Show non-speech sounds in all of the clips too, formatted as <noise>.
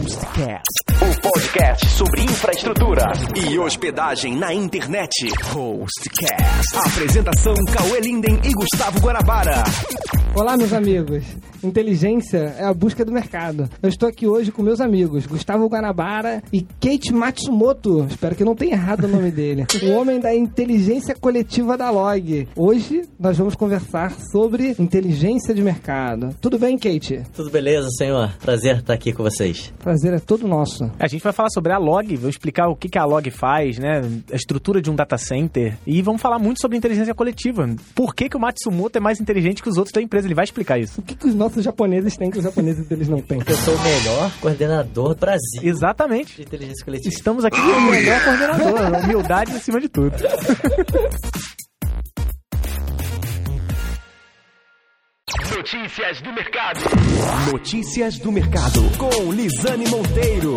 Hostcast. O podcast sobre infraestrutura e hospedagem na internet. Hostcast. Apresentação Cauê Linden e Gustavo Guarabara. Olá, meus amigos. Inteligência é a busca do mercado. Eu estou aqui hoje com meus amigos Gustavo Guanabara e Kate Matsumoto. Espero que não tenha errado o nome dele. O homem da inteligência coletiva da Log. Hoje nós vamos conversar sobre inteligência de mercado. Tudo bem, Kate? Tudo beleza, senhor? Prazer estar aqui com vocês. Prazer é todo nosso. A gente vai falar sobre a log, vou explicar o que que a log faz, né? A estrutura de um data center. E vamos falar muito sobre inteligência coletiva. Por que, que o Matsumoto é mais inteligente que os outros da empresa? Ele vai explicar isso. O que, que os nossos japoneses têm que os japoneses deles não têm? Eu sou o melhor coordenador do Brasil de Exatamente. inteligência coletiva. Estamos aqui com o melhor coordenador, humildade acima de tudo. Notícias do mercado. Notícias do mercado com Lisane Monteiro.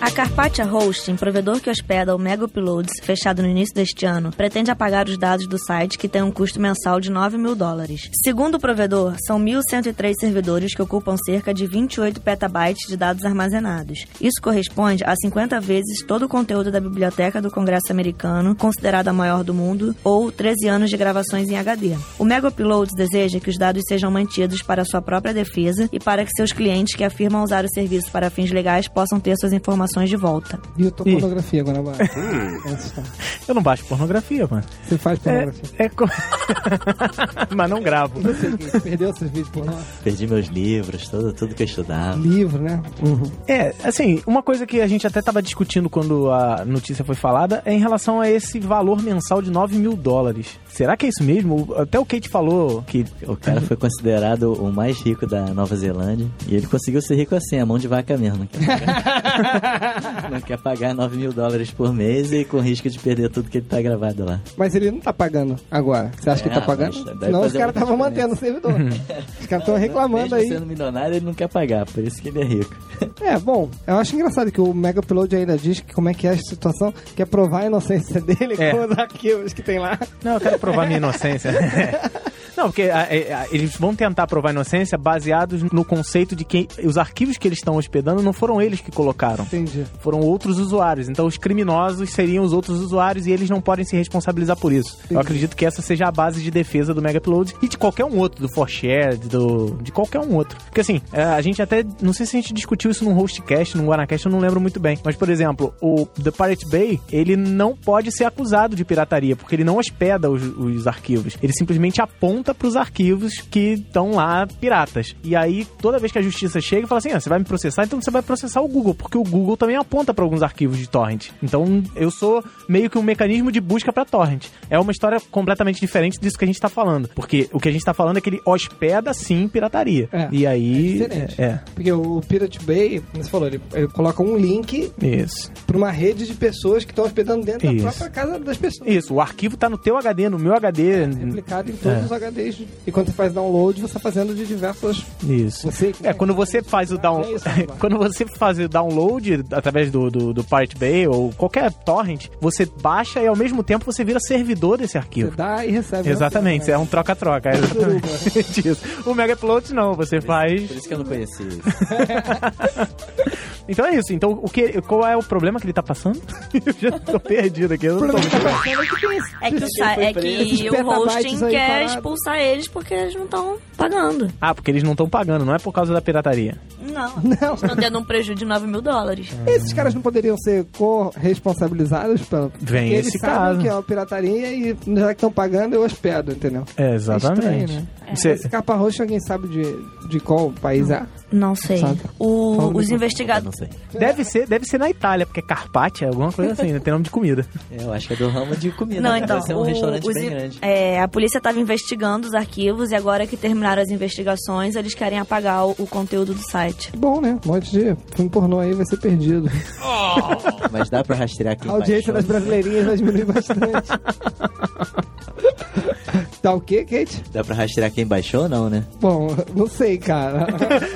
A Carpathia Hosting, provedor que hospeda o Mega Uploads, fechado no início deste ano, pretende apagar os dados do site, que tem um custo mensal de 9 mil dólares. Segundo o provedor, são 1.103 servidores que ocupam cerca de 28 petabytes de dados armazenados. Isso corresponde a 50 vezes todo o conteúdo da biblioteca do Congresso americano, considerada a maior do mundo, ou 13 anos de gravações em HD. O Mega Uploads deseja que os dados sejam mantidos para sua própria defesa e para que seus clientes que afirmam usar o serviço para fins legais possam ter suas informações de volta. E eu tô com pornografia, Guanabara. Essa está. Eu não baixo pornografia, mano. Você faz pornografia. É co... <laughs> Mas não gravo. Você Kate, perdeu seus vídeos por nós? Perdi meus livros, tudo, tudo que eu estudava. Livro, né? É, assim, uma coisa que a gente até tava discutindo quando a notícia foi falada é em relação a esse valor mensal de 9 mil dólares. Será que é isso mesmo? Até o Kate falou que. O cara foi considerado o mais rico da Nova Zelândia e ele conseguiu ser rico assim, a mão de vaca mesmo. Não quer pagar, não quer pagar 9 mil dólares por mês e com risco de perder tudo que ele tá gravado lá. Mas ele não tá pagando agora. Você acha que É, ele tá pagando? mas deve Senão os fazer caras uma estavam diferença. mantendo o servidor. <laughs> os caras estão reclamando Mesmo aí. sendo milionário, ele não quer pagar, por isso que ele é rico. É, bom, eu acho engraçado que o Mega Upload ainda diz que como é que é a situação, quer provar a inocência <laughs> dele É. com os arquivos que tem lá. Não, eu quero provar minha inocência. Não, porque a- é, a- a- eles vão tentar provar a inocência baseados no conceito de que os arquivos que eles estão hospedando não foram eles que colocaram. Entendi. Foram outros usuários. Então, os criminosos seriam os outros usuários e eles não podem se responsabilizar por isso. Eu acredito que essa seja a base de defesa do Mega Upload e de qualquer um outro, do Forshare, do, de qualquer um outro. Porque assim, é, a gente até. Não sei se a gente discutiu isso num hostcast, num Guanacast, eu não lembro muito bem. Mas, por exemplo, o The Pirate Bay, ele não pode ser acusado de pirataria, porque ele não hospeda os, os arquivos. Ele simplesmente aponta para os arquivos que estão lá piratas. E aí, toda vez que a justiça chega e fala assim: ah, você vai me processar, então você vai processar o Google, porque o Google também aponta para alguns arquivos de torrent. Então, eu sou meio que um mecanismo de busca para torrent. É uma história completamente diferente disso que a gente tá falando, porque o que a gente tá falando é que ele hospeda sim pirataria. É, e aí é diferente. é, é. Porque o Pirate Bay, como você falou, ele, ele coloca um link é, Isso. pra uma rede de pessoas que estão hospedando dentro Isso. da própria casa das pessoas. Isso, o arquivo tá no teu HD, no meu É, HD. Replicado em É. todos os HDs. E quando você faz download, você tá fazendo de diversas. Isso. Não sei. É, quando você faz o down... <laughs> É isso, Guanabara. quando você faz o download através do, do, do Pirate Bay ou qualquer torrent, você baixa e ao mesmo tempo você vira servidor desse Você né? arquivo. dá e recebe. Exatamente, é um troca-troca. é Exatamente <laughs> isso. O Mega Upload não, você faz. Por isso que eu não conheci isso. Então é isso. Então, o que, qual é o problema que ele tá passando? <laughs> Eu já tô perdido aqui. Eu tá não tô muito bem. É que o, sa- é que Esses o hosting petabytes aí quer parado. expulsar eles porque eles não estão pagando. Ah, porque eles não estão pagando, não é por causa da pirataria. Não. Não. Estão tendo um prejuízo de 9 mil dólares. Esses caras não poderiam ser corresponsabilizados pela. Vem Porque eles esse sabem caso. que é uma pirataria e já que estão pagando, eu hospedo, entendeu? É, É exatamente. estranho, né? Você- Esse capa roxa, alguém sabe de, de qual país é? Não sei. Sabe? O- Fala os mesmo. Eu investigadores. não sei. deve, ser, deve ser na Itália, porque é Carpaccia, alguma coisa assim, né? tem nome de comida. <laughs> Eu acho que é do ramo de comida. Não, né? então. Deve ser um o- restaurante os bem in- grande. é, a polícia estava investigando os arquivos e agora que terminaram as investigações, eles querem apagar o, o conteúdo do site. Bom, né? Um monte de filme pornô aí vai ser perdido. Mas dá pra rastrear quem A audiência das baixou. <laughs> brasileirinhas vai diminuir bastante. Dá Tá o quê, Kate? Dá pra rastrear quem baixou ou não, né? Bom, não sei, cara.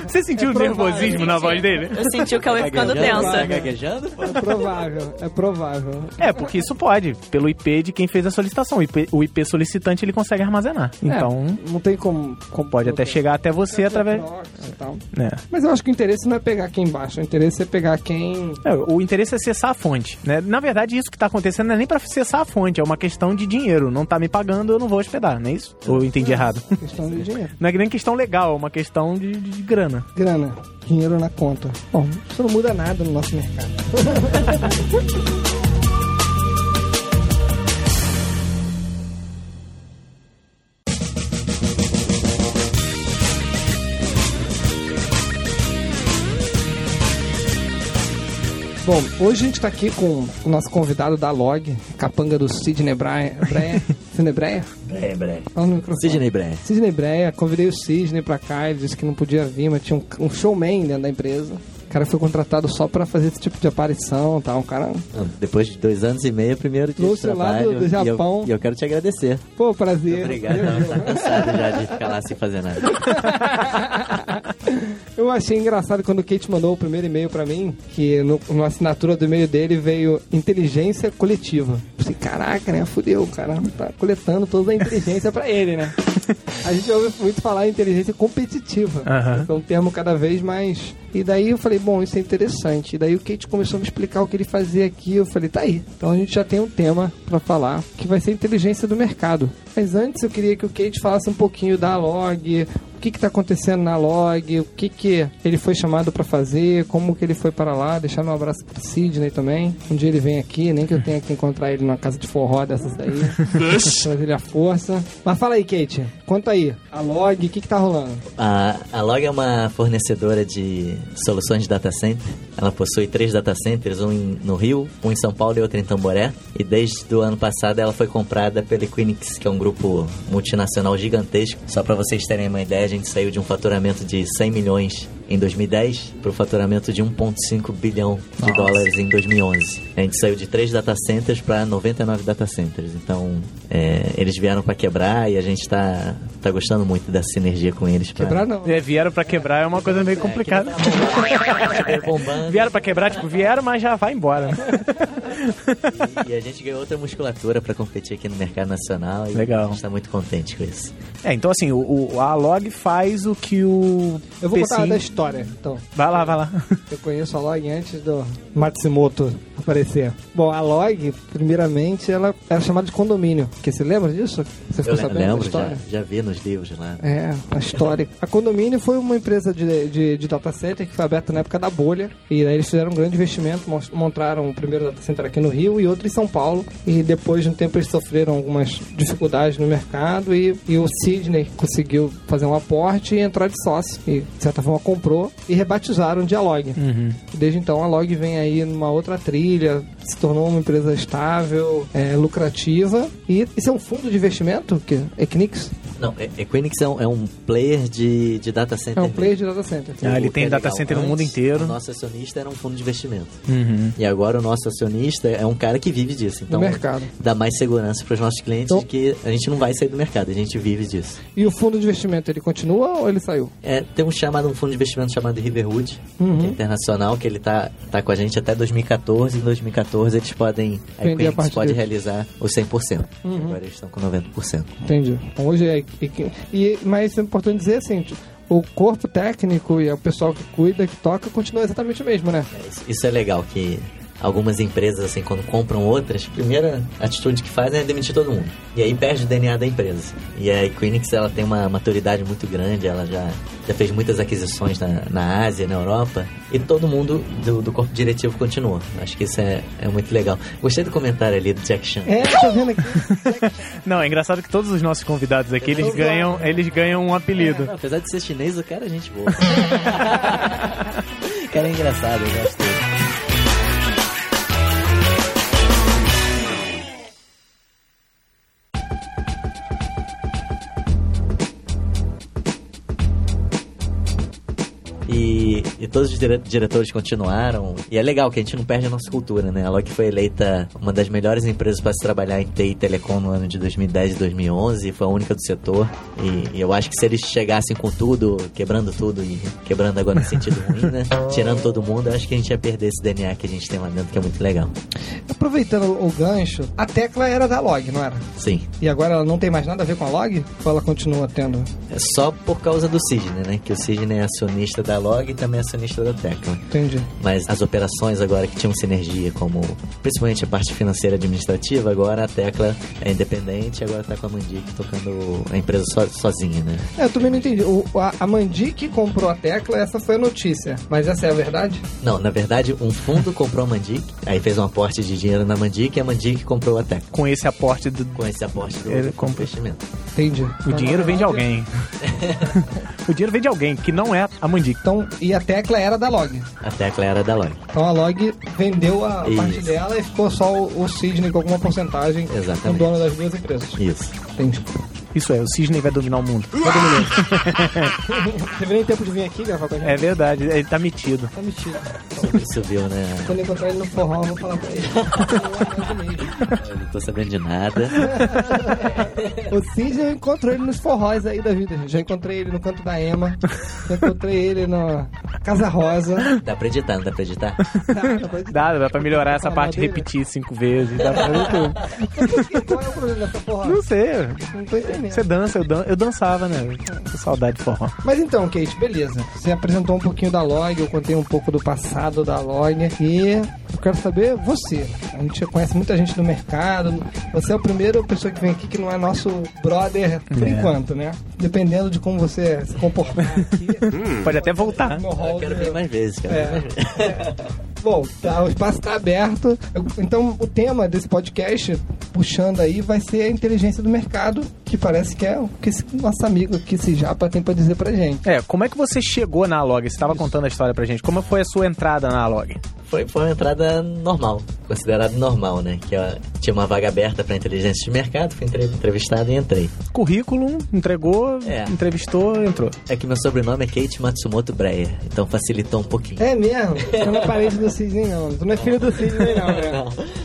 Você É sentiu o nervosismo na voz dele? Eu senti o Cauê ficando Gaguejando? Tá tenso. gaguejando? pô? É provável, é provável. É, porque isso pode, pelo IP de quem fez a solicitação. O IP, o IP solicitante ele consegue armazenar. Então, É, não tem como. como pode até chegar até você através. Proxy e tal. É. Mas eu acho que o interesse não é pegar quem baixa, o interesse é pegar quem. É, o interesse é cessar a fonte, né? Na verdade, isso que tá acontecendo não é nem pra cessar a fonte, é uma questão de dinheiro. Não tá me pagando, eu não vou hospedar, não é isso? Ou eu entendi errado? <laughs> Questão de dinheiro. Não é nem questão legal, é uma questão de, de- de grana. Grana, dinheiro na conta. Bom, isso não muda nada no nosso mercado. <laughs> Bom, hoje a gente tá aqui com o nosso convidado da Log, capanga do Sidney Breyer. Breyer? Sidney Breyer? Breia, breia. Fala no microfone. Sidney Breia. Sidney Breia, convidei o Sidney pra cá, ele disse que não podia vir, mas tinha um, um showman dentro da empresa. O cara foi contratado só pra fazer esse tipo de aparição e tal. Um cara. Não, Depois de dois anos e meio, primeiro dia Lúcio, de lá trabalho. do- do e eu- Japão. E eu, quero te agradecer. Pô, prazer. Obrigado. Não, tá cansado já de ficar lá sem fazer nada. Eu achei engraçado quando o Kate mandou o primeiro e-mail pra mim, que no, na assinatura do e-mail dele veio inteligência coletiva. Pensei, caraca, né? Fudeu, o cara tá coletando toda a inteligência pra ele, né? A gente ouve muito falar em inteligência competitiva. Aham. que É um termo cada vez mais. E daí eu falei, bom, isso é interessante. E daí o Kate começou a me explicar o que ele fazia aqui. Eu falei, tá aí. Então a gente já tem um tema pra falar, que vai ser inteligência do mercado. Mas antes eu queria que o Kate falasse um pouquinho da log, o que que tá acontecendo na log, o que que ele foi chamado pra fazer, como que ele foi para lá, deixar meu abraço pro Sidney também. Um dia ele vem aqui, nem que eu tenha que encontrar ele numa casa de forró dessas daí. Trazer ele à força. Mas fala aí, Kate, conta aí, a log, o que que tá rolando? A, a Log é uma fornecedora de soluções de data center. Ela possui três data centers, um em- no Rio, um em São Paulo e outro em Tamboré. E desde o ano passado ela foi comprada pela Equinix, que é um grupo multinacional gigantesco. Só para vocês terem uma ideia, a gente saiu de um faturamento de 100 milhões em 2010 para o faturamento de 1,5 bilhão de dólares em 2011. A gente saiu de três data centers para 99 data centers. Então, é, eles vieram para quebrar e a gente está tá gostando muito dessa sinergia com eles. pra- Quebrar não. É, vieram pra quebrar é uma coisa meio complicada. Tá bombando. <laughs> Vieram pra quebrar, tipo, vieram, mas já vai embora. <laughs> né? E a gente ganhou outra musculatura pra competir aqui no mercado nacional. E Legal. A gente tá muito contente com isso. É, então assim, o, o- a log faz o que o. Eu vou contar pecinho- da história, então. Vai lá, vai lá. <laughs> Eu conheço a Log antes do Matsumoto aparecer. Bom, a Log, primeiramente, ela era chamada de condomínio. Porque você lembra disso? Você ficou sabendo da lembro, já, história? já vi nos livros lá. É, a história. A Condomínio foi uma empresa de, de, de data center que foi aberta na época da bolha. E daí eles fizeram um grande investimento, mos- montaram o primeiro data center aqui no Rio e outro em São Paulo. E depois de um tempo eles sofreram algumas dificuldades no mercado e, e o Sidney conseguiu fazer um aporte e entrar de sócio. E de certa forma comprou e rebatizaram de Alog. Desde então a Log vem aí numa outra trilha, se tornou uma empresa estável, é, lucrativa. E isso é um fundo de investimento? Que é Equinix? Não, E- Equinix é um, é um player de, de data center. É um player mesmo. de data center. Ah, ele O tem que é data legal, center no mundo antes, inteiro. O nosso acionista era um fundo de investimento. Uhum. E agora o nosso acionista é um cara que vive disso. Então mercado. dá mais segurança pros nossos clientes Então- de que a gente não vai sair do mercado, a gente vive disso. E o fundo de investimento, ele continua ou ele saiu? É, tem um chamado, um fundo de investimento chamado Riverwood, Uhum. que é internacional, que ele tá, tá com a gente até 2014. Em 2014 eles podem, a Vender a Equinix parte pode deles. Uhum. realizar os 100%. Agora eles estão com 90%. Entendi. Então, hoje é... e que- E, mas é importante dizer assim, tipo, o corpo técnico e o pessoal que cuida, que toca, continua exatamente o mesmo, né? Isso, isso é legal, que algumas empresas, assim, quando compram outras, a primeira atitude que fazem é demitir todo mundo. E aí perde o DNA da empresa. assim. E a Equinix, ela tem uma maturidade muito grande, ela já, já fez muitas aquisições na, na Ásia, na Europa, e todo mundo do, do corpo diretivo continua. Acho que isso é, é muito legal. Gostei do comentário ali do Jack Chan. É, tô vendo <laughs> aqui. Não, é engraçado que todos os nossos convidados aqui, eles ganham, eles ganham um apelido. Apesar de ser chinês, o cara é gente boa. <laughs> o cara é engraçado, eu gosto dele. E E, e todos os dire- diretores continuaram. E é legal que a gente não perde a nossa cultura, né? A Loki foi eleita uma das melhores empresas para se trabalhar em TI e Telecom no ano de 2010 e 2011. Foi a única do setor. E, e eu acho que se eles chegassem com tudo, quebrando tudo e quebrando agora no sentido ruim, né? Tirando todo mundo, eu acho que a gente ia perder esse DNA que a gente tem lá dentro, que é muito legal. Aproveitando o gancho, a tecla era da log, não era? Sim. E agora ela não tem mais nada a ver com a log? Ou ela continua tendo? É só por causa do Sidney, né? Que o Sidney é acionista da Log e também é acionista da Tecla. Entendi. Mas as operações agora que tinham sinergia, como principalmente a parte financeira e administrativa, agora a Tecla é independente, agora tá com a Mandic tocando a empresa so- sozinha, né? É, eu também não entendi. O, a, a Mandi que comprou a tecla, essa foi a notícia. Mas essa é a verdade? Não, na verdade, um fundo comprou a Mandic, aí fez um aporte de dinheiro na Mandic e a Mandic comprou a Tecla. Com esse aporte do. Com esse aporte do Ele do comprou. investimento. Entendi. O dinheiro vem de alguém. o dinheiro vem de alguém, que não é a Mandic. Então, e a tecla era da log. A Tecla era da Log. Então a log vendeu a Isso. parte dela e ficou só o, o Sidney com alguma porcentagem. Exatamente. O dono das duas empresas. Isso. <laughs> Entendi. Isso é, o Cisne vai dominar o mundo. Teve nem tempo de vir aqui gravar com a gente. É verdade, ele tá metido. Tá metido. Isso viu, né? Quando eu encontrar ele no forró, eu vou falar pra ele. Eu não tô sabendo de nada. <laughs> O Cid eu encontro ele nos forróis aí da vida. gente. Já encontrei ele no canto da Ema. Já encontrei ele na Casa Rosa. Dá pra editar, não dá pra editar? Dá, dá pra melhorar essa parte, repetir cinco vezes. Dá pra fazer tudo. Qual é o problema dessa forró? Não sei, Não tô entendendo. você dança, eu, dan eu dançava, né? Tô saudade de forró. Mas então, Kate, beleza. Você apresentou um pouquinho da log, eu contei um pouco do passado da log. E eu quero saber você. A gente conhece muita gente no mercado. Você é a primeira pessoa que vem aqui que não é nosso brother por É. enquanto, né? Dependendo de como você se <laughs> comportar aqui. Pode até voltar. no hall Eu quero do- ver mais vezes, cara. É. Bom, tá, o espaço está aberto. Eu- Então, o tema desse podcast, puxando aí, vai ser a inteligência do mercado, que parece que é o que esse nosso amigo aqui, esse Japa, tem pra dizer pra gente. É, como é que você chegou na Log? Você tava contando a história pra gente. Como foi a sua entrada na Log? Foi, foi uma entrada normal, considerado normal, né? Que ó, tinha uma vaga aberta para inteligência de mercado, fui entre- entrevistado e entrei. Currículo, entregou, É. entrevistou, entrou. É que meu sobrenome é Kate Matsumoto Breyer, então facilitou um pouquinho. É mesmo? Eu não é parente do Sidney, não. Tu não é filho do Sidney, não, né?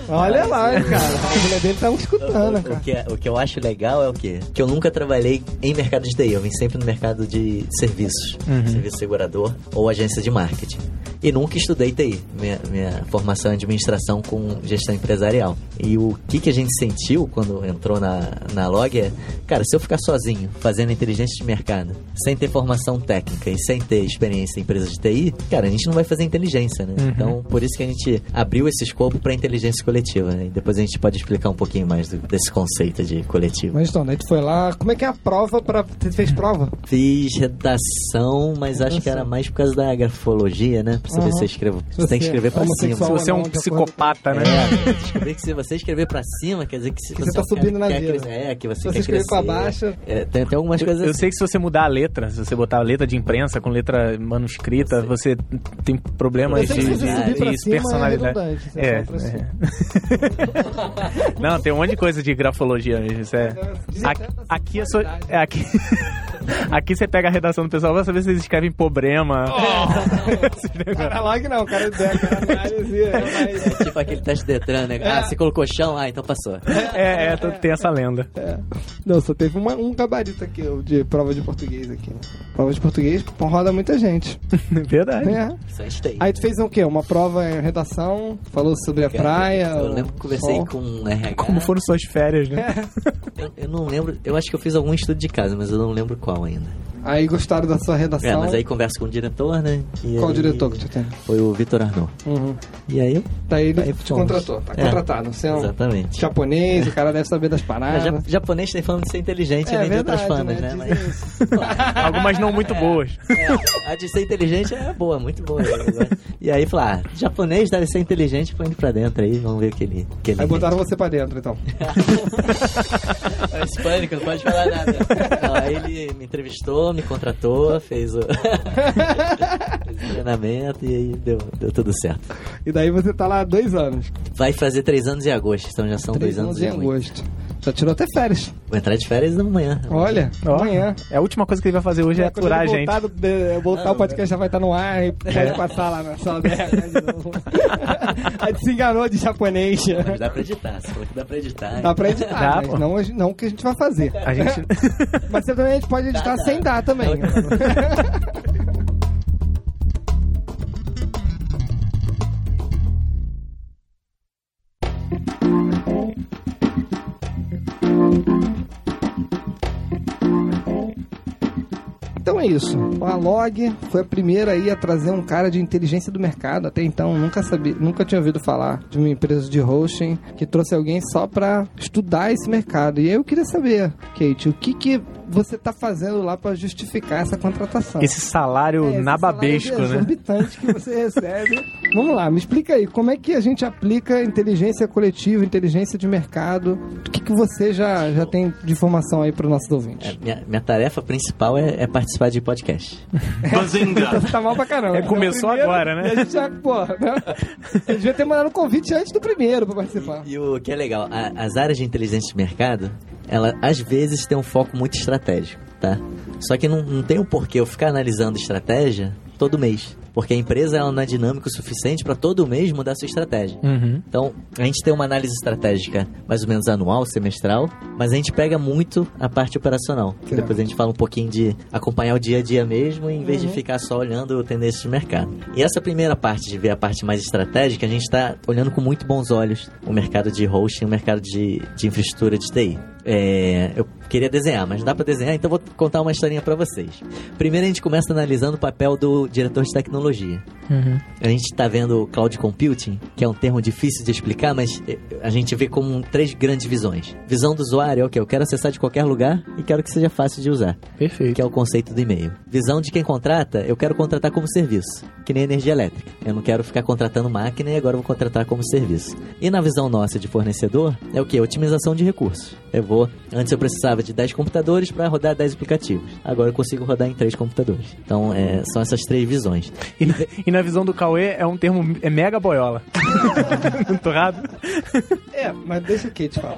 Olha lá, hein, cara. A mulher dele tá me escutando, O, o, cara. que, o que eu acho legal é o quê? Que eu nunca trabalhei em mercado de TI, eu vim sempre no mercado de serviços, serviço segurador ou agência de marketing. E nunca estudei TI. Minha, minha formação é administração com gestão empresarial. E o que, que a gente sentiu quando entrou na, na log é, cara, se eu ficar sozinho fazendo inteligência de mercado, sem ter formação técnica e sem ter experiência em empresas de TI, cara, a gente não vai fazer inteligência, Uhum. né? Então, por isso que a gente abriu esse escopo para inteligência coletiva. Né? E depois a gente pode explicar um pouquinho mais do- desse conceito de coletivo. Mas então, daí tu foi lá. Como é que é a prova pra. Você fez prova? Fiz redação, mas acho que era mais por causa da grafologia, né? Pra saber Aham. se eu escrevo. Se Você tem que você escrever é pra cima. Se homossexual. você é um Não, de acordo- psicopata, né? É, descobri que se você escrever pra cima, quer dizer que se Que você você tá é um cara subindo que na quer vida. crescer- É, que você Se você quer escrever pra crescer. baixo- É, tem, tem algumas coisas Eu sei que se você mudar a letra, se você botar a letra de imprensa com letra manuscrita, você tem problemas Eu sei que se de, você de- subir pra isso, cima, é personalidade. redundante, você É, só pra cima. é. <laughs> Não, tem um monte de coisa de grafologia mesmo. Isso é. Dizem Aqui, até da aqui, eu sou- é, aqui, <laughs> aqui você pega a redação do pessoal, vai saber se eles escrevem problema. Oh. Esses negócios. Cara, lá que não, cara. é Cara, análise. é, mas- É tipo aquele teste de Detran, né? É. Ah, você colocou chão? Ah, então passou. É, é, t- tem essa lenda. <laughs> Não, só teve uma- um gabarito aqui ó, de prova de português aqui. né? Prova de português roda muita gente. Verdade. né? Isso é steak. Aí tu fez o quê? Uma prova em redação, falou sobre a praia. Eu o lembro que conversei sol. com um RH. Como foram suas férias, né? É. Eu, eu não lembro, eu acho que eu fiz algum estudo de casa, mas eu não lembro qual ainda. Aí gostaram da sua redação. É, mas aí converso com o diretor, né? E Qual aí- o diretor que tu tem? Foi o Vitor Arnaud. Uhum. E aí eu. Daí Tá, ele Aí, te fomos. contratou. Tá É. contratado. Você é um Exatamente. japonês, o cara deve saber das Ah, paradas. ja- japonês tem fama de ser inteligente, É nem verdade, de outras famas, né? né? Dizem Mas. Algumas não muito boas. É, <laughs> a de ser inteligente é boa, muito boa. E aí falar, ah, japonês deve ser inteligente, põe ele pra dentro aí, vamos ver o que ele. o Que ele Aí botaram você pra dentro, então. É hispânico, não pode falar nada. Não, aí ele me entrevistou, me contratou, fez o, <laughs> fez o treinamento e aí deu, deu tudo certo. E daí você tá lá há dois anos. Vai fazer três anos em agosto, então já são três dois anos, em e um muito. agosto. só tirou até férias. Vou entrar de férias amanhã. Olha, Ó, amanhã. É a última coisa que ele vai fazer hoje é Quando ele aturar a gente. É. voltar, do- de- Ah, voltar o podcast já vai estar no ar e pode passar lá na sala dela né, de novo. <laughs> Aí se enganou de japonês. Mas dá pra editar. Você falou que dá pra editar. Dá pra editar, Dá, pô. mas não, a gente- não o que a gente vai fazer. A gente. <laughs> Mas você também a gente pode editar sem dar <laughs> também. Então é isso. A Log foi a primeira aí a trazer um cara de inteligência do mercado. Até então nunca sabia, nunca tinha ouvido falar de uma empresa de hosting que trouxe alguém só pra estudar esse mercado. E eu queria saber, Kate, o que que você tá fazendo lá pra justificar essa contratação? Esse salário É, esse nababesco, salário né? exorbitante que você recebe. <laughs> Vamos lá, me explica aí, como é que a gente aplica inteligência coletiva, inteligência de mercado? O que, que você já, já tem de informação aí para o nosso É, ouvinte? minha, minha tarefa principal é, é participar de podcast. <laughs> Bazinga! Tá mal pra caramba. É, começou O primeiro, agora, né? e A gente já, pô, né? Você devia ter mandado um convite antes do primeiro pra participar. E o que é legal, a- as áreas de inteligência de mercado, ela às vezes tem um foco muito estratégico, tá? Só que não, não tem o porquê eu ficar analisando estratégia todo mês. Porque a empresa ela não é dinâmica o suficiente para todo mês mudar a sua estratégia. Uhum. Então, a gente tem uma análise estratégica mais ou menos anual, semestral, mas a gente pega muito a parte operacional. Que Depois a gente fala um pouquinho de acompanhar o dia a dia mesmo, em vez de ficar só olhando tendências de mercado. E essa primeira parte, de ver a parte mais estratégica, a gente está olhando com muito bons olhos o mercado de hosting, o mercado de, de infraestrutura de TI. É, eu queria desenhar, mas não dá para desenhar, então vou contar uma historinha para vocês. Primeiro a gente começa analisando o papel do diretor de tecnologia. uhum. A gente está vendo o cloud computing, que é um termo difícil de explicar, mas eh, a gente vê como três grandes visões. Visão do usuário é o que eu quero acessar de qualquer lugar e quero que seja fácil de usar, que Perfeito. é o conceito do e-mail. Visão de quem contrata, eu quero contratar como serviço, que nem energia elétrica. Eu não quero ficar contratando máquina e agora eu vou contratar como serviço. E na visão nossa de fornecedor, é o que? Otimização de recursos. Eu vou, antes eu precisava de 10 computadores para rodar 10 aplicativos. Agora eu consigo rodar em 3 computadores. Então, eh, são essas três visões. E na, e na visão do Cauê é um termo é mega <laughs> boiola. Não tô errado? É, mas deixa o Kate falar.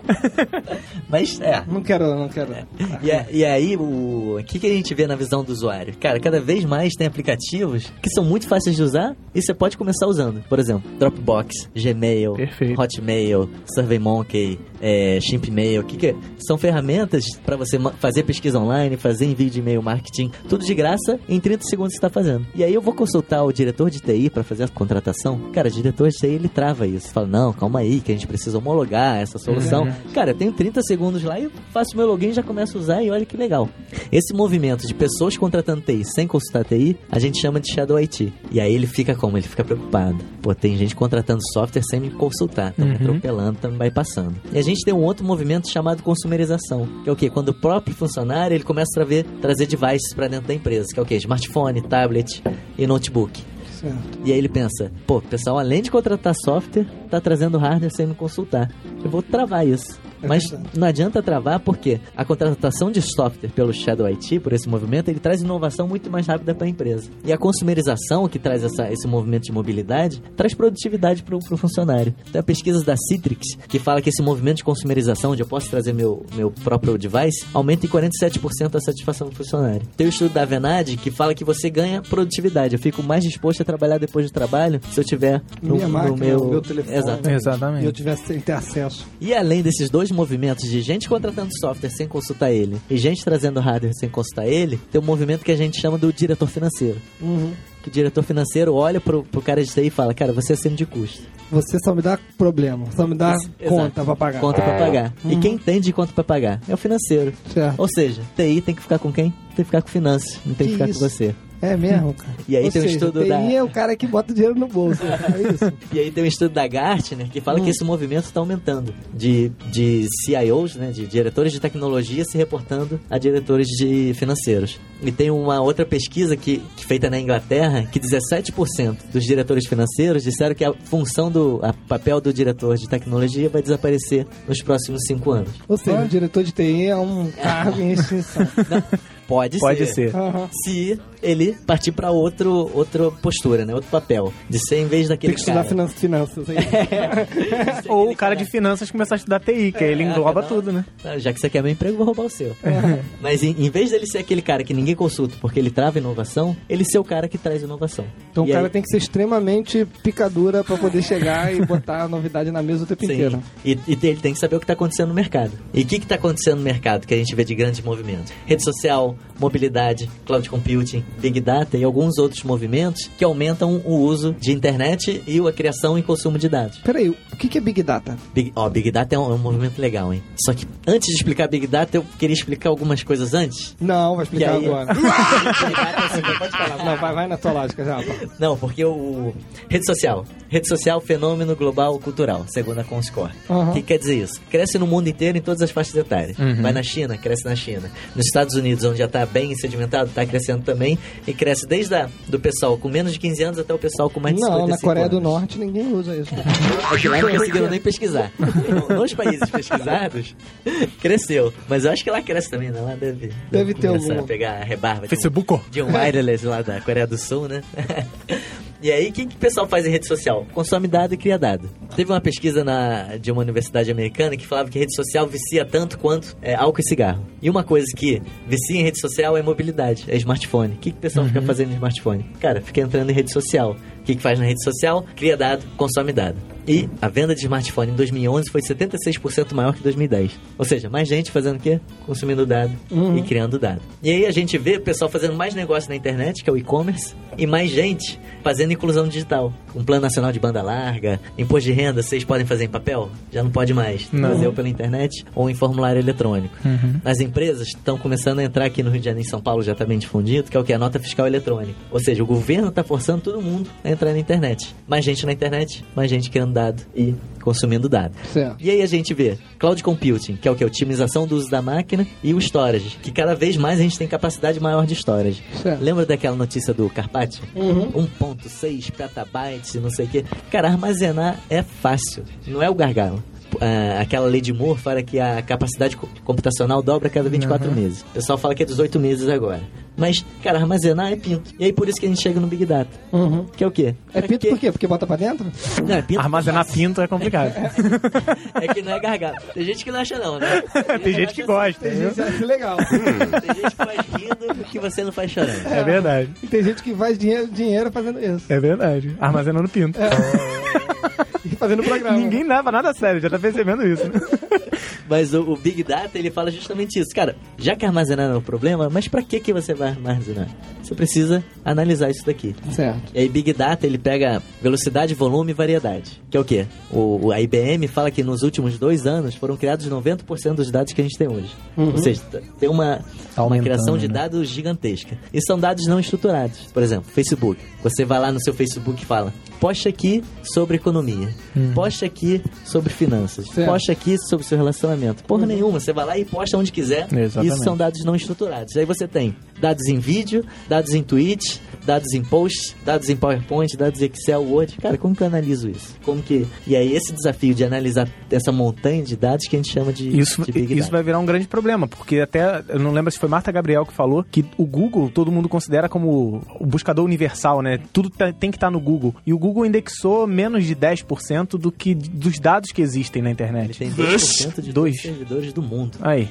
Mas, é, Não quero, não quero. E, a- e é aí, o o que, que a gente vê na visão do usuário? Cara, cada vez mais tem aplicativos que são muito fáceis de usar e você pode começar usando. Por exemplo, Dropbox, Gmail, Perfeito. Hotmail, SurveyMonkey, é, Shimpmail. Que que é? São ferramentas para você ma- fazer pesquisa online, fazer envio de e-mail marketing, tudo de graça, em 30 segundos você está fazendo. E aí eu vou consultar o diretor de TI para fazer a contratação. Cara, o diretor de TI ele trava isso. Fala, não, calma aí, que a gente precisa homologar essa solução. Cara, eu tenho 30 segundos lá e faço meu login, já começo a usar e olha que legal. Esse movimento de pessoas contratando TI sem consultar TI, a gente chama de Shadow IT. E aí ele fica como? Ele fica preocupado. Pô, tem gente contratando software sem me consultar. Estão me Uhum. atropelando, estão me bypassando. E a gente tem um outro movimento chamado consumerização, que é o quê? Quando o próprio funcionário, ele começa a trazer, trazer devices para dentro da empresa, que é o quê? Smartphone, tablet e notebook. Certo. E aí ele pensa, pô, o pessoal, além de contratar software, tá trazendo hardware sem me consultar. Eu vou travar isso. É Mas verdade. não adianta travar porque a contratação de software pelo Shadow IT, por esse movimento, ele traz inovação muito mais rápida para a empresa. E a consumerização, que traz essa- esse movimento de mobilidade, traz produtividade para o funcionário. Tem pesquisas da Citrix que fala que esse movimento de consumerização, onde eu posso trazer meu, meu próprio device, aumenta em 47% a satisfação do funcionário. Tem o estudo da Avenade que fala que você ganha produtividade. Eu fico mais disposto a trabalhar depois do trabalho se eu tiver no, Minha no máquina, meu... meu telefone. Exato. E eu Exatamente. tivesse sem ter acesso. E além desses dois movimentos de gente contratando software sem consultar ele e gente trazendo hardware sem consultar ele, tem um movimento que a gente chama do diretor financeiro. Uhum. Que o diretor financeiro olha pro, pro cara de TI e fala, cara, você é acima de custo. Você só me dá problema, só me dá conta Exato. pra pagar. Conta pra pagar. E quem tem de conta pra pagar? É o financeiro. Certo. Ou seja, TI tem que ficar com quem? Tem que ficar com finanças, não tem que, Que ficar isso? com você. É mesmo, cara. E aí Ou tem o seja, estudo TI da- é o cara que bota o dinheiro no <laughs> bolso. É isso. E aí tem um estudo da Gartner que fala que esse movimento está aumentando de, de CIOs, né, de diretores de tecnologia se reportando a diretores de financeiros. E tem uma outra pesquisa que, que feita na Inglaterra que 17% dos diretores financeiros disseram que a função do a papel do diretor de tecnologia vai desaparecer nos próximos cinco anos. Ou seja, o diretor de TI é um cargo em extinção. Pode, Pode <laughs> ser. Aham. Se ele partir pra outro, outra postura, né? Outro papel. De ser em vez Tem daquele que estudar cara. <laughs> finan- finanças aí. de ser Ou aquele o cara de finanças começar a estudar TI, que aí ele engloba não. tudo, né? Ah, Já que você quer meu emprego, eu vou roubar <laughs> o seu. Mas em, em vez dele ser aquele cara que ninguém consulta porque ele trava inovação, ele ser o cara que traz inovação. Então E o cara aí- tem que ser extremamente picadura pra poder chegar e botar a novidade na mesa o tempo inteiro. E, e ele tem que saber o que está acontecendo no mercado. E o que está acontecendo no mercado que a gente vê de grandes movimentos? Rede social, mobilidade, cloud computing, big data e alguns outros movimentos que aumentam o uso de internet e a criação e consumo de dados. Peraí, o que que é Big Data? Big, ó, Big Data é um, é um movimento legal, hein? Só que antes de explicar Big Data, eu queria explicar algumas coisas antes. Não, vai explicar aí- agora. Big Data é o seguinte, pode falar. Não, vai, vai na tua lógica já. Não, porque o. Rede social. Rede social, fenômeno global cultural, segundo a Comscore. O Aham. que quer dizer isso? Cresce no mundo inteiro em todas as faixas etárias. Vai na China, cresce na China. Nos Estados Unidos, onde já está bem sedimentado, está crescendo também. E cresce desde a, do pessoal com menos de 15 anos até o pessoal com mais de Não, 55 na Coreia anos. do Norte ninguém usa <laughs> isso. É que lá não conseguiram <laughs> nem pesquisar. No- Nos países pesquisados, cresceu. Mas eu acho que lá cresce também, né? Lá deve, Deve ter começar algum. a pegar a rebarba. de um- Facebook. John Wireless lá da Coreia do Sul, né? <laughs> E aí, o que, que o pessoal faz em rede social? Consome dado e cria dado. Teve uma pesquisa na- de uma universidade americana que falava que rede social vicia tanto quanto é, álcool e cigarro. E uma coisa que vicia em rede social é mobilidade, é smartphone. O que, que o pessoal fica fazendo no smartphone? Cara, fica entrando em rede social. O que, que faz na rede social? Cria dado, consome dado. E a venda de smartphone em 2011 foi 76% maior que em 2010. Ou seja, mais gente fazendo o quê? Consumindo dado e criando dado. E aí a gente vê o pessoal fazendo mais negócio na internet, que é o e-commerce, e mais gente fazendo inclusão digital. Um plano nacional de banda larga, imposto de renda, vocês podem fazer em papel? Já não pode mais. Tem que Não. fazer ou pela internet ou em formulário eletrônico. As empresas estão começando a entrar aqui no Rio de Janeiro e em São Paulo, já está bem difundido, que é o que? A nota fiscal eletrônica. Ou seja, o governo está forçando todo mundo a entrar na internet. Mais gente na internet, mais gente criando dado e consumindo dado. Certo. E aí a gente vê cloud computing, que é o que? Otimização do uso da máquina e o storage, que cada vez mais a gente tem capacidade maior de storage. Certo. Lembra daquela notícia do Carpati? 1.6 petabytes e não sei o quê. Cara, armazenar é fácil, não é o gargalo. Ah, aquela lei de Moore fala que a capacidade co- computacional dobra a cada 24 meses. O pessoal fala que é 18 meses agora. Mas, cara, armazenar é pinto. E aí por isso que a gente chega no Big Data. Uhum. Que é o quê? É pinto por porque... quê? Porque bota pra dentro? Não, é <laughs> pinto Armazenar pinto <laughs> é complicado. É que não é gargalo. Tem gente que não acha não, né? Tem gente que não acha gosta, viu? Isso é legal. assim. Tem gente que faz rindo que você não faz chorando. É verdade. E tem gente que faz dinheiro, dinheiro fazendo isso. É verdade. Armazenando pinto. E fazendo programa. Ninguém leva nada a sério, já tá percebendo isso, né? <laughs> Mas o, o Big Data, ele fala justamente isso. Cara, já que armazenar não é um problema, mas pra que que você vai armazenar? Você precisa analisar isso daqui. Certo. E aí Big Data, ele pega velocidade, volume e variedade. Que é o quê? O, o- a IBM fala que nos últimos dois anos foram criados 90% dos dados que a gente tem hoje. Ou seja, t- tem uma, uma aumentando, criação de né? dados gigantesca. E são dados não estruturados. Por exemplo, Facebook. Você vai lá no seu Facebook e fala, poste aqui sobre economia. Hum. Poste aqui sobre finanças. Certo. Poste aqui sobre seu relacionamento. Porra nenhuma, você vai lá e posta onde quiser. Exatamente. Isso são dados não estruturados. Aí você tem dados em vídeo, dados em tweets, dados em posts, dados em PowerPoint, dados em Excel, Word. Cara, como que eu analiso isso? Como que... E aí esse desafio de analisar essa montanha de dados que a gente chama de, Isso, de Big isso Data. vai virar um grande problema, porque até, eu não lembro se foi Marta Gabriel que falou, que o Google todo mundo considera como o buscador universal, né? Tudo tá- tem que estar no Google. E o Google indexou menos de 10% do que, dos dados que existem na Ele internet. tem 2% de Dois. todos os servidores do mundo. Aí.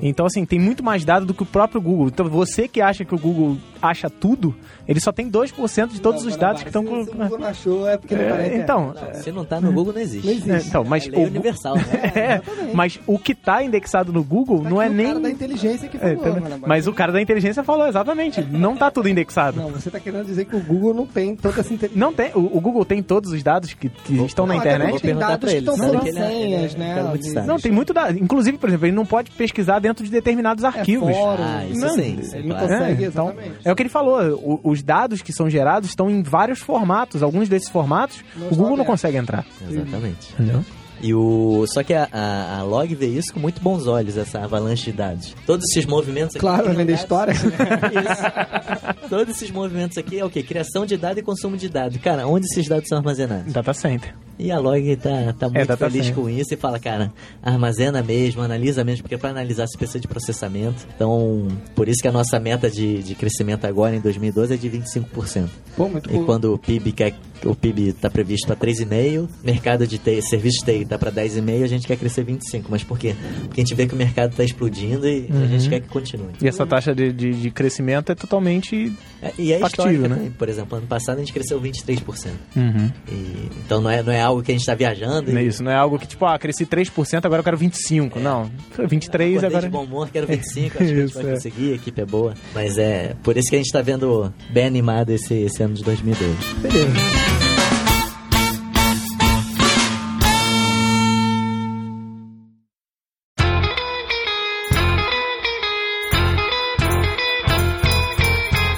Então, assim, tem muito mais dado do que o próprio Google. Então, você que acha que o Google acha tudo, ele só tem 2% de todos os dados que estão com. Se o <laughs> Google não achou, é porque não tá na É, internet. né? então, Não, se não tá no Google, não existe. Não existe. é, então, mas é o- lei universal, né? <laughs> É, mas o que tá indexado no Google Tá não é aqui o nem. cara da inteligência que É, falou, entendeu? Guanabara. mas o cara da inteligência falou exatamente, não tá tudo indexado. Não, você tá querendo dizer que o Google não tem tanta essa inteligência. Não tem. O, o Google tem todos os dados que, que estão na até internet? Vou Tem perguntar dados pra que ele. tão sabe falando que ele é- ele é senhas, um né? cara muito sábio. Não, tem muito dado. Inclusive, por exemplo, ele não pode pesquisar dentro de É determinados arquivos. fórum. Ah, isso Não, sim. isso é Ele não claro. consegue, É, então, exatamente. É o que ele falou. o- os dados que são gerados estão em vários formatos. Alguns desses formatos, Não estão o Google não abertos. consegue entrar. Exatamente. Entendeu? E o... Só que a, a, a Log vê isso com muito bons olhos, essa avalanche de dados. Todos esses movimentos aqui... Claro, vai vender é, dados- história. <laughs> Isso. Todos esses movimentos aqui é o quê? Criação de dado e consumo de dado. Cara, onde esses dados são armazenados? Data Center. E a log tá, tá muito tá- tá feliz certo. com isso e fala, cara, armazena mesmo, analisa mesmo, porque para analisar você precisa de processamento. Então, por isso que a nossa meta de, de crescimento agora em 2012 é de 25%. Pô, muito E bom. quando o PIB quer, o PIB tá previsto para 3,5, mercado de TI, serviço de TI tá para 10,5, a gente quer crescer 25, mas por quê? Porque a gente vê que o mercado tá explodindo e a gente quer que continue. E Uhum. essa taxa de, de, de crescimento é totalmente. É, E é Factível, histórico, né? né? Por exemplo, ano passado a gente cresceu 23%. Uhum. E- então não é, não é algo que a gente está viajando. Não é e- Isso não é algo que, tipo, ah, cresci 3%, agora eu quero 25%. Não, foi 23% Acordei É agora. de bom humor, quero 25, acho que a gente <laughs> Isso, vai é. conseguir, a equipe é boa. Mas é, por isso que a gente tá vendo bem animado esse, esse ano de 2012. Beleza.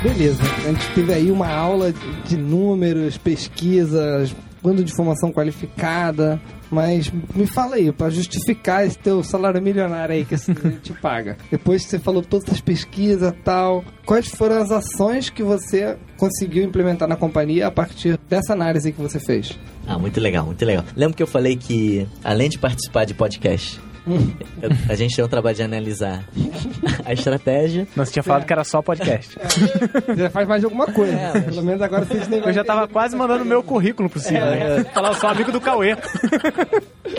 Beleza, a gente teve aí uma aula de números, pesquisas, quanto de informação qualificada, mas me fala aí, pra justificar esse teu salário milionário aí que esse te <laughs> paga. Depois que você falou todas as pesquisas e tal, quais foram as ações que você conseguiu implementar na companhia a partir dessa análise que você fez? Ah, muito legal, muito legal. Lembra que eu falei que, além de participar de podcast, Hum. eu- <laughs> a gente tem um trabalho de analisar a estratégia. Não, você tinha É. falado que era só <laughs> podcast. Já faz mais de alguma <laughs> coisa, É, mas- pelo menos agora vocês nem Eu já tava quase mandando meu currículo pro Ciro. É. né? Falar, eu sou amigo do Cauê.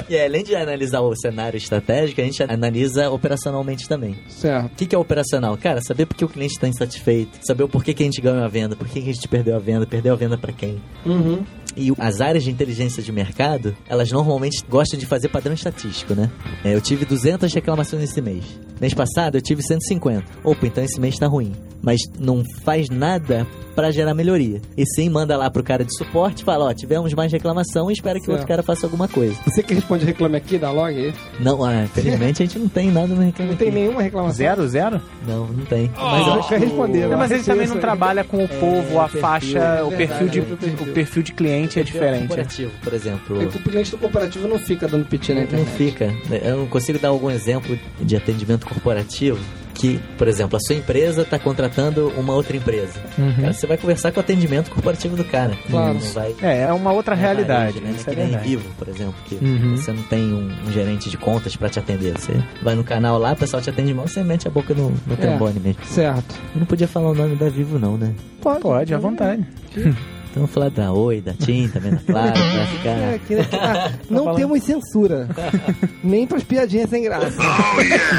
E além de analisar o cenário estratégico, a gente analisa operacionalmente também. Certo. O que, que é operacional? Cara, saber por que o cliente está insatisfeito, saber o porquê que a gente ganhou a venda, por que que a gente perdeu a venda, perdeu a venda para quem. Uhum. E o- as áreas de inteligência de mercado, elas normalmente gostam de fazer padrão estatístico, né? É, eu tive 200 reclamações esse mês. Mês passado eu tive 150. Opa, então esse mês tá ruim. Mas não faz nada pra gerar melhoria. E sim, manda lá pro cara de suporte e fala, ó, tivemos mais reclamação e espera que o Certo. outro cara faça alguma coisa. Você que responde reclame aqui da log? Não, ah, infelizmente a gente não tem nada no reclamo Não tem é aqui. nenhuma reclamação. Zero, zero? Não, não tem. Mas eu acho que responder. Não, mas ele também não trabalha com o povo, a perfil, faixa, o é perfil de verdade, é o perfil de cliente é diferente. é. um Corporativo, por exemplo. O cliente do cooperativo não fica dando pit na Não internet. fica. Eu não consigo dar algum exemplo de atendimento corporativo que, por exemplo, a sua empresa está contratando uma outra empresa. Cara, você vai conversar com o atendimento corporativo do cara. Uhum. Claro. Não vai. É, é uma outra não é realidade. varejo, né? Isso é que nem verdade. vivo, por exemplo, que Uhum. você não tem um, um gerente de contas para te atender. Você vai no canal lá, o pessoal te atende mal, você mete a boca no, no É. trombone mesmo. Certo. Eu não podia falar o nome da Vivo, não, né? Pode, à vontade. Então eu vou falar da Oi, da TIM, também da Claro, <laughs> pra É, ficar. que- ah, não temos <laughs> censura. Nem pras piadinhas sem graça.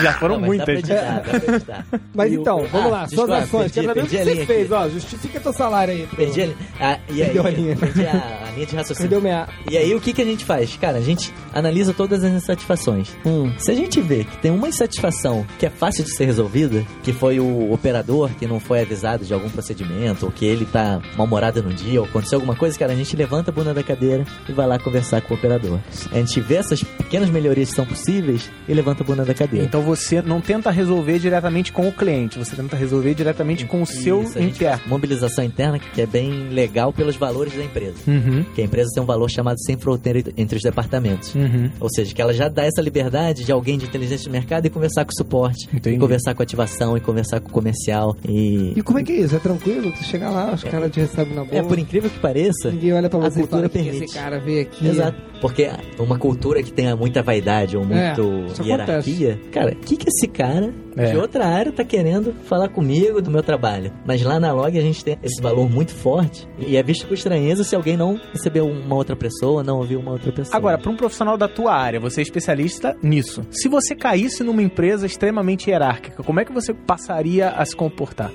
Já Hum. foram Não, mas muitas. Dá pra editar, dá pra editar. Mas E o- então, vamos Ah, lá, desculpa, suas ações. perdi- Quero saber o perdi que a você linha fez, aqui. ó. Justifica teu salário aí. pô. Perdi a, li- ah, e aí, Perdeu a linha. Perdi a, a linha de raciocínio. Perdeu minha. E aí, o que, que a gente faz? Cara, a gente analisa todas as insatisfações. Hum. Se a gente vê que tem uma insatisfação que é fácil de ser resolvida, que foi o operador que não foi avisado de algum procedimento, ou que ele tá mal-humorado no dia, ou aconteceu alguma coisa, cara, a gente levanta a bunda da cadeira e vai lá conversar com o operador. A gente vê essas pequenas melhorias que são possíveis e levanta a bunda da cadeira. Então você não tenta resolver diretamente com o cliente, você tenta resolver diretamente com o seu Isso, a gente interno. faz Mobilização interna, que é bem legal pelos valores da empresa. Uhum, Que a empresa tem um valor chamado sem fronteira entre os departamentos. uhum. Ou seja, que ela já dá essa liberdade de alguém de inteligência de mercado e conversar com o suporte, Entendi. e conversar com a ativação, e conversar com o comercial. E, E como é que é isso? É tranquilo? Tu chega lá, os caras te recebem na boa. é por incrível que pareça. Ninguém olha pra a você e fala cultura "Que permite." esse cara veio aqui. Exato. Porque uma cultura que tenha muita vaidade ou É, muito isso acontece. hierarquia, cara, o que, que esse cara É. de outra área tá querendo falar comigo do meu trabalho? Mas lá na log a gente tem esse valor muito forte e é visto com estranheza se alguém não recebeu uma outra pessoa, não ouviu uma outra pessoa. Agora, para um profissional da tua área, você é especialista nisso. Se você caísse numa empresa extremamente hierárquica, como é que você passaria a se comportar?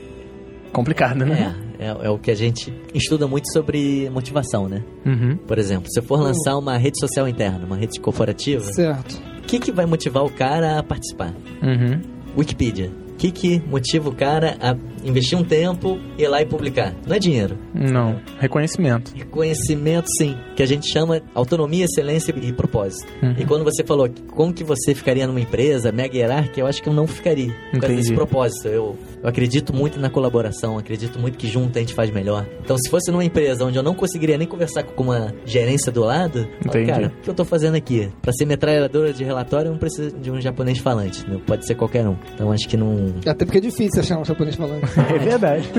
Complicado, né? é, é, é o que a gente estuda muito sobre motivação, né? Uhum. Por exemplo, se eu for lançar uma rede social interna, uma rede corporativa, Certo. o que, que vai motivar o cara a participar? Uhum. Wikipedia. O que, que motiva o cara a investir um tempo, ir lá e publicar? Não é dinheiro. Não. Reconhecimento. É conhecimento, sim. Que a gente chama autonomia, excelência e propósito. Uhum. E quando você falou que- como que você ficaria numa empresa mega hierárquica, eu acho que eu não ficaria. Por causa Entendi. desse propósito. Eu, eu acredito muito na colaboração, acredito muito que junto a gente faz melhor. Então, se fosse numa empresa onde eu não conseguiria nem conversar com uma gerência do lado, eu falo, Entendi. cara, o que eu tô fazendo aqui? Pra ser metralhadora de relatório, eu não preciso de um japonês falante. né? Pode ser qualquer um. Então, acho que não. <laughs> Até porque é difícil achar um japonês falando. É verdade.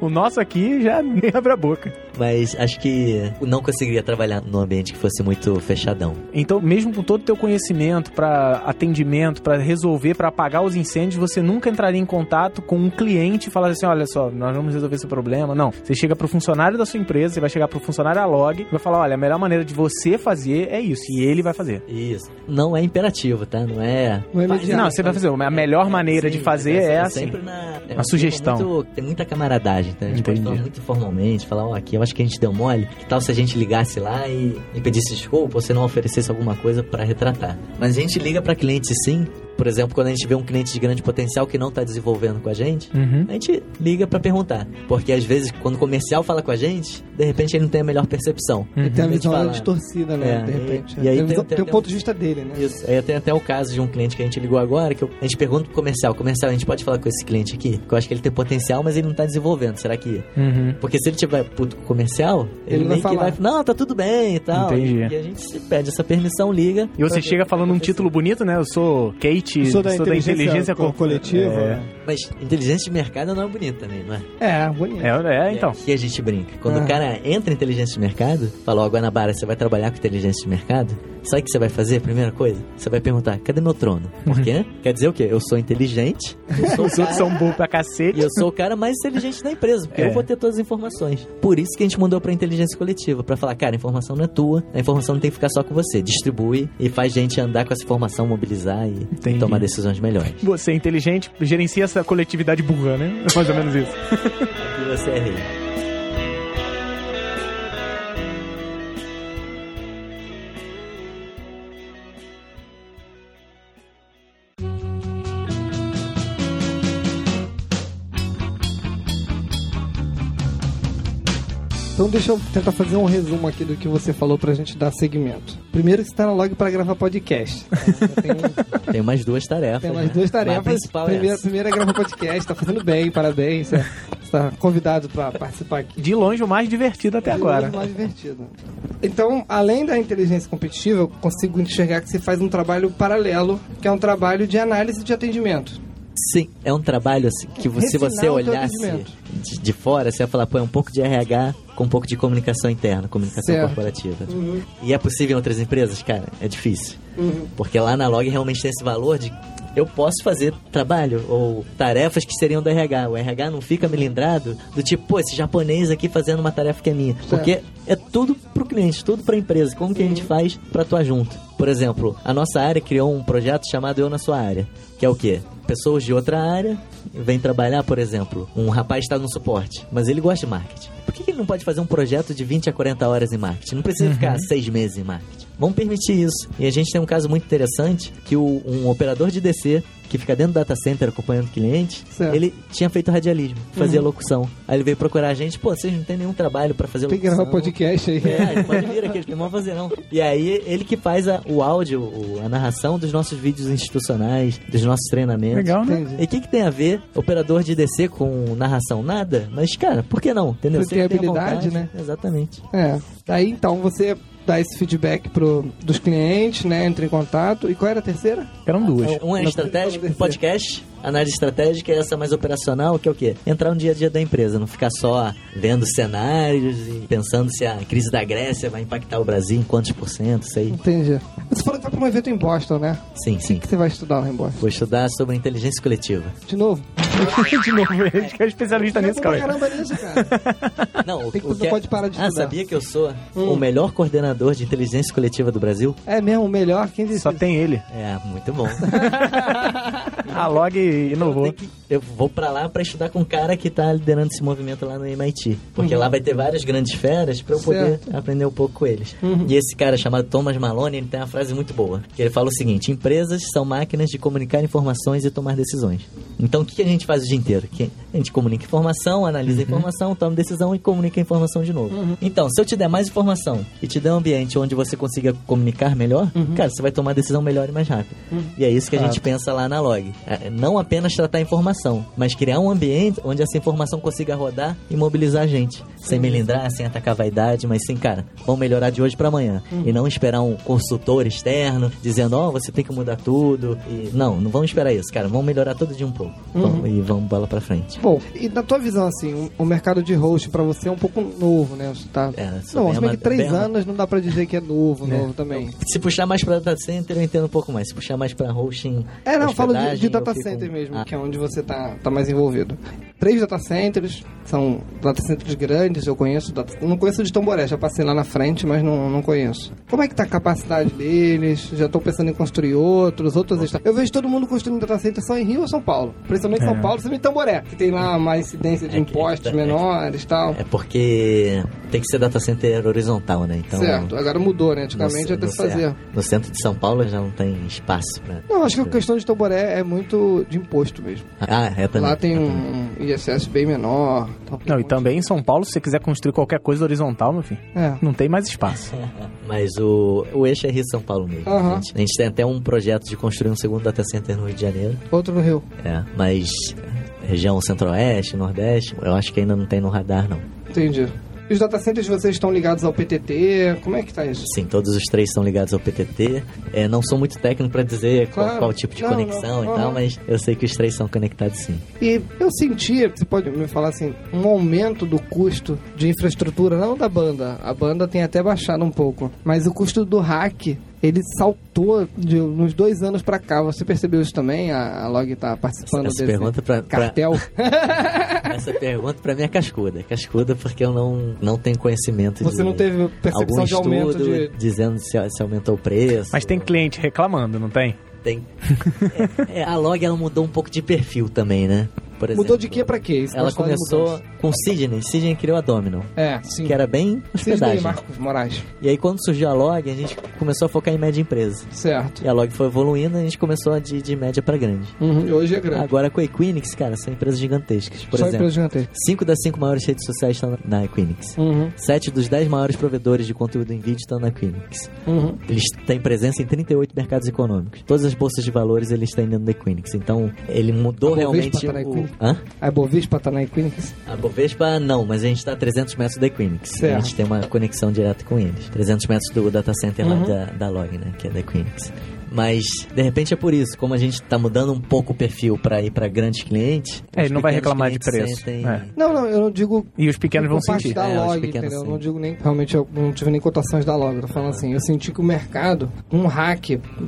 o nosso aqui já <laughs> nem abre a boca. Mas acho que não conseguiria trabalhar num ambiente que fosse muito fechadão. Então, mesmo com todo o teu conhecimento para atendimento, para resolver, para apagar os incêndios, você nunca entraria em contato com um cliente e falar assim: olha só, nós vamos resolver esse problema. Não. Você chega pro funcionário da sua empresa, você vai chegar pro funcionário da log, vai falar: olha, a melhor maneira de você fazer é isso. E ele vai fazer. Isso. Não é imperativo, tá? Não é. Não é Faz imediato. Não, você vai fazer. A melhor maneira de É, Sim, fazer mas é assim, assim. Sempre na, é uma sugestão. muito- tem muita camaradagem, tá? A gente pode Entendi. falar muito formalmente, falar, ó, aqui eu acho que a gente deu mole. Que tal se a gente ligasse lá e, e pedisse desculpa ou se não oferecesse alguma coisa pra retratar? Mas a gente liga pra cliente sim. Por exemplo, quando a gente vê um cliente de grande potencial que não tá desenvolvendo com a gente, Uhum. a gente liga pra perguntar. Porque às vezes, quando o comercial fala com a gente, de repente ele não tem a melhor percepção. Uhum. Tem a Vou te visão falar. distorcida, né? É, de e- repente. e tem, a aí tem- visão- tem- tem o tem- ponto de vista dele, né? Isso. Aí tem até o caso de um cliente que a gente ligou agora, que eu- a gente pergunta pro comercial, comercial, a gente pode falar com esse cliente aqui? Que eu acho que ele tem potencial, mas ele não tá desenvolvendo. Será que... Uhum. Porque se ele tiver puto com o comercial, ele, Ele vai nem falar. que vai... Não, tá tudo bem e tal. Entendi. E a gente se pede essa permissão, liga. E você pra chega ver o que falando um aconteceu. título bonito, né? Eu sou Kate, Sou da inteligência co- coletiva. É. Mas inteligência de mercado não é bonita também, não é? É, bonito. É, é, então. E aqui a gente brinca. Quando Ah. o cara entra em inteligência de mercado, fala, ó, Guanabara, você vai trabalhar com inteligência de mercado? Sabe o que você vai fazer, primeira coisa? Você vai perguntar, cadê meu trono? Uhum. Por quê? Quer dizer o quê? Eu sou inteligente, eu <laughs> sou o Os outros cara são bons pra E cacete. eu sou o cara mais inteligente da empresa, porque É. eu vou ter todas as informações. Por isso que a gente mandou pra inteligência coletiva, pra falar, cara, a informação não é tua, a informação não tem que ficar só com você. Distribui e faz gente andar com essa informação, mobilizar e Entendi. tomar decisões melhores. Você é inteligente, gerencia essa coletividade burra, né? <laughs> Mais ou menos isso. E você é rei. Então deixa eu tentar fazer um resumo aqui do que você falou pra gente dar segmento. Primeiro que você tá na log pra gravar podcast. Tá? <laughs> Tem, um- Tem mais duas tarefas. tem né? mais duas Mas a tarefas. principal é primeira, essa. primeira é gravar podcast, tá fazendo bem, parabéns. Você, você tá convidado pra participar aqui. De longe, o mais divertido até agora. É mais divertido. Então, além da inteligência competitiva, eu consigo enxergar que você faz um trabalho paralelo, que é um trabalho de análise de atendimento. Sim, é um trabalho assim, que você- se Refinar você o teu olhasse atendimento. de, de fora, você ia falar, pô, é um pouco de RH com um pouco de comunicação interna, comunicação Certo. Uhum. corporativa. E é possível em outras empresas, cara? É difícil. Porque lá na Log realmente tem esse valor de eu posso fazer trabalho ou tarefas que seriam do RH. O RH não fica melindrado do tipo, pô, esse japonês aqui fazendo uma tarefa que é minha. Porque é tudo pro cliente, tudo pra empresa. Como que a gente faz pra atuar junto? Por exemplo, a nossa área criou um projeto chamado Eu na Sua Área, que é o quê? Pessoas de outra área vêm trabalhar, por exemplo, um rapaz está no suporte, mas ele gosta de marketing. Por que que ele não pode fazer um projeto de 20 a 40 horas em marketing? Não precisa ficar seis meses em marketing. Vamos permitir isso. E a gente tem um caso muito interessante que o- um operador de DC que fica dentro do data center acompanhando cliente, Certo. ele tinha feito radialismo, fazia locução. Aí ele veio procurar a gente, pô, vocês não tem nenhum trabalho pra fazer Tem que locução. gravar podcast aí. É, ele pode vir aqui, eles não vão fazer não. E aí, ele que faz a- o áudio, o- a narração dos nossos vídeos institucionais, dos nossos treinamentos. Legal, né? <laughs> Entendi. E o que, que tem a ver operador de DC com narração? Nada, mas cara, por que não? Entendeu? Porque tem Você que a habilidade, né? vontade. Exatamente. É. Daí então você dá esse feedback pro, dos clientes, né? Entra em contato. E qual era a terceira? Eram duas. Um é <laughs> Na- estratégico, na- podcast, análise estratégica, e essa mais operacional, que é o quê? Entrar no dia a dia da empresa, não ficar só vendo cenários e pensando se a crise da Grécia vai impactar o Brasil em quantos por cento, isso aí. Entendi. Você falou que vai pra um evento em Boston, né? Sim, sim. O que você vai estudar lá em Boston? Vou estudar sobre inteligência coletiva. De novo? De novo, <laughs> ele que é especialista nisso, Pra cara. caramba nisso, cara. Não, o, Tem que- o você pode parar de Ah, estudar. sabia que eu sou Hum. o melhor coordenador de inteligência coletiva do Brasil? É mesmo, o melhor, quem disse? Só tem ele. É, <laughs> muito bom. A log inovou. Tem que- Eu vou pra lá pra estudar com um cara que tá liderando esse movimento lá no MIT. Porque lá vai ter várias grandes feras pra eu poder aprender um pouco com eles. E esse cara chamado Thomas Malone, ele tem uma frase muito boa. Que ele fala o seguinte: empresas são máquinas de comunicar informações e tomar decisões. Então o que que a gente faz o dia inteiro? Que a gente comunica informação, analisa a informação, toma decisão e comunica a informação de novo. Então, se eu te der mais informação e te der um ambiente onde você Uhum. consiga comunicar melhor, cara, você vai tomar decisão melhor e mais rápido. E é isso que a gente pensa lá na log. É, Não apenas tratar informação, mas criar um ambiente onde essa informação consiga rodar e mobilizar a gente. Sem melindrar, sem atacar vaidade, mas sim, cara, vamos melhorar de hoje pra amanhã. Hum. E não esperar um consultor externo dizendo, ó, você tem que mudar tudo. E, não, não vamos esperar isso, cara. Vamos melhorar tudo de um pouco. Hum. Vamos- e vamos bola pra frente. Bom, e na tua visão, assim, o, o mercado de host pra você é um pouco novo, né? Você tá... É, sou não, bem se bem que ama- três bem ama- anos não dá pra dizer que é novo, novo também. Se puxar mais pra data center, eu entendo um pouco mais. Se puxar mais pra hosting. É, não, eu falo de- de, hospedagem, data eu fico- center mesmo, Ah, que é onde você tá, tá mais envolvido. Três data centers, são data centers grandes, eu conheço, data- eu não conheço o de Tamboré, já passei lá na frente, mas não, não conheço. Como é que tá a capacidade deles? Já estão pensando em construir outros, outros estados. Eu vejo todo mundo construindo data center só em Rio ou São Paulo. Principalmente São Paulo, você em Tamboré, que tem lá mais incidência de É que- impostos é- menores e tal. É porque tem que ser data center horizontal, né? Então, certo, agora mudou, né? Antigamente no- já até no se fazia. cer- No centro de São Paulo já não tem espaço pra. Não, acho que a questão de Tamboré é muito de imposto mesmo. Ah, é também. Lá tem um ISS bem menor. tal. Não, e tá- também em São Paulo, se você quiser construir qualquer coisa horizontal, meu filho, É. não tem mais espaço. Mas o, o eixo é Rio São Paulo mesmo. Aham. A, gente, a gente tem até um projeto de construir um segundo data center no Rio de Janeiro. Outro no Rio. É, mas é, região centro-oeste, nordeste, eu acho que ainda não tem no radar, não. Entendi. E os data centers de vocês estão ligados ao PTT? Como é que tá isso? Sim, todos os três são ligados ao PTT. É, não sou muito técnico pra dizer qual- Claro. qual, tipo de Não, não. conexão e tal, Aham. mas eu sei que os três são conectados sim. E eu senti, você pode me falar assim, um aumento do custo de infraestrutura, não da banda. A banda tem até baixado um pouco. Mas o custo do hack, ele saltou de uns dois anos pra cá. Você percebeu isso também? A, a Log tá participando desse Essa pergunta pra- pra- <laughs> cartel. Essa pergunta pra mim é cascuda. Cascuda porque eu não, não tenho conhecimento de Você não teve percepção algum de aumento estudo de... dizendo se, se aumentou o preço. Mas tem cliente reclamando, não tem? Tem. É, é, a log ela mudou um pouco de perfil também, né? Por exemplo, Mudou de quê pra quê? Isso Ela pode falar de começou mudança. com Sidney. Sidney criou a Domino, É, sim. que era bem <laughs> Vocês daí, hospedagem. Marcos Moraes. E aí quando surgiu a log, a gente começou a focar em média empresa. Certo. E a log foi evoluindo e a gente começou de, de média pra grande. Uhum, e Hoje é grande. Agora com a Equinix, cara, são empresas gigantescas. Por Só exemplo, empresa gigantesca. cinco das cinco maiores redes sociais estão na- na Equinix. Uhum, Sete dos dez maiores provedores de conteúdo em vídeo estão na Equinix. uhum. Eles têm presença em 38 mercados econômicos. Todas as bolsas de valores eles têm dentro da Equinix. Então, ele mudou A Bovespa realmente tá na o... Equinix? Hã? A Bovespa tá na Equinix? A Bovespa, não, mas a gente está a 300 metros da Equinix. Certo. A gente tem uma conexão direta com eles. 300 metros do data center Uhum. lá da, da Log, né, que é da Equinix. Mas, de repente, é por isso. Como a gente está mudando um pouco o perfil para ir para grandes clientes... É, os ele não vai pequenos reclamar de clientes preço, sentem- é. Não, não, eu não digo E os pequenos vão por parte sentir. da É, os log, pequenos entendeu? Eu sim. Não digo nem. Realmente eu não tive nem cotações da log. Eu tô falando assim, eu senti que o mercado, um hack,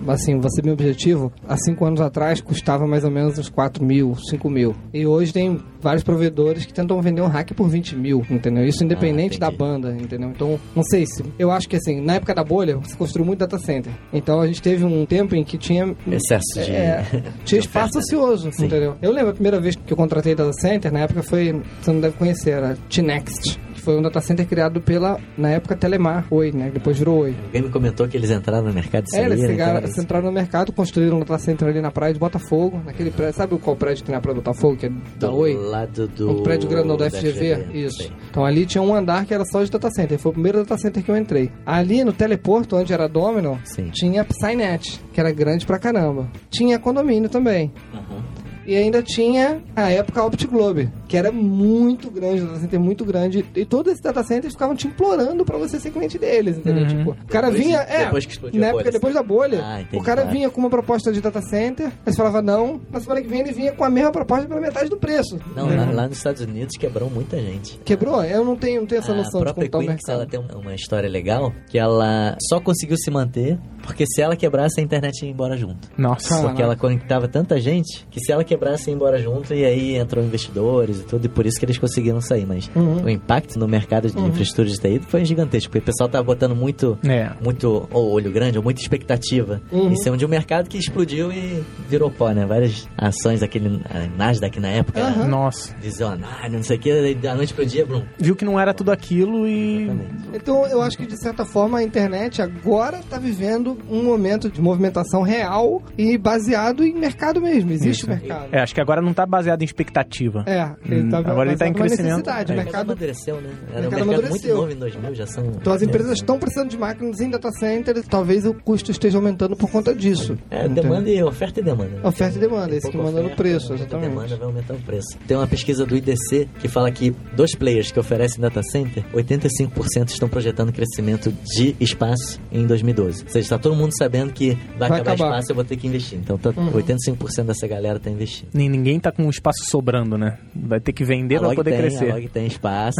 assim, você meu objetivo, há cinco anos atrás custava mais ou menos uns 4 mil, 5 mil. E hoje tem vários provedores que tentam vender um hack por 20 mil, entendeu? Isso independente da Ah, entendi. banda, entendeu? Então, não sei se. Eu acho que assim, na época da bolha, se construiu muito data center. Então a gente teve um tempo em que tinha Excesso <laughs> de... é, de tinha espaço oferta, né? ocioso, assim, Sim. entendeu? Eu lembro a primeira vez que eu contratei data center, na época foi, você não deve conhecer, era T-Next. que Foi um data center criado pela, na época, Telemar, Oi, né? que Depois virou Oi. Alguém me comentou que eles entraram no mercado e É, saíram. eles chegaram- então, eles entraram no mercado, construíram um data center ali na praia de Botafogo, naquele prédio, sabe qual prédio que tem na praia de Botafogo, que é da do Oi? lado do... Um prédio grandão da do FGV, isso. sei. Então ali tinha um andar que era só de data center. Foi o primeiro data center que eu entrei. Ali no teleporto, onde era Domino, Sim. tinha Psynet, que era grande pra caramba. Tinha condomínio também. Aham. E ainda tinha a época Opt Globe, que era muito grande, um data center muito grande. E todos esses data centers ficavam te implorando pra você ser cliente deles, entendeu? Tipo, o cara Uhum. Depois- vinha. É, depois que explodiu na a época bolha, depois assim. da bolha. Ah, entendi, o cara tá. vinha com uma proposta de data center, mas falava não. Na semana que vem ele vinha com a mesma proposta pela metade do preço. Não, lá, lá nos Estados Unidos quebrou muita gente. Quebrou? Eu não tenho, não tenho essa noção a de Ah, como própria tá o Quinix, ela mercado. tem um- uma história legal que ela só conseguiu se manter porque se ela quebrasse a internet ia embora junto. Nossa. Caraca. Porque ela conectava tanta gente que se ela quebrasse ia embora junto e aí entrou investidores e tudo, e por isso que eles conseguiram sair. Mas Uhum. o impacto no mercado de infraestrutura de TI foi gigantesco. porque O pessoal tava botando muito. É. Muito ou olho grande, ou muita expectativa. Uhum. Em cima de um mercado que explodiu e virou pó, né? Várias ações, aquele a Nasdaq na época, era Aham. Nossa. visionário, Ah, não sei o que, da noite pro dia, Bruno. Viu que não era tudo aquilo e. Então eu acho que de certa forma a internet agora tá vivendo um momento de movimentação real e baseado em mercado mesmo. Existe mercado. É, acho que agora não tá baseado em expectativa. É, porque ele tava agora ele tá em baseado numa crescimento. necessidade. O É. O mercado mercado amadureceu, né? Era mercado um mercado muito amadureceu. novo em 2000, já são... né? Então as empresas estão precisando de máquinas em data center e talvez o custo esteja aumentando por conta disso. É, Entende? demanda e oferta e demanda. né? Oferta e demanda, Tem isso que pouca né? manda no preço, muita exatamente. demanda vai aumentar o preço. Tem uma pesquisa do IDC que fala que dos players que oferecem data center, 85% estão projetando crescimento de espaço em 2012. Ou seja, está todo mundo sabendo que vai, Vai acabar, acabar. Uhum. espaço eu vou ter que investir. Então tá, 85% dessa galera está investindo. Nem- Ninguém tá com espaço sobrando, né? Vai ter que vender A pra log poder tem, crescer. A log <laughs> tem espaço.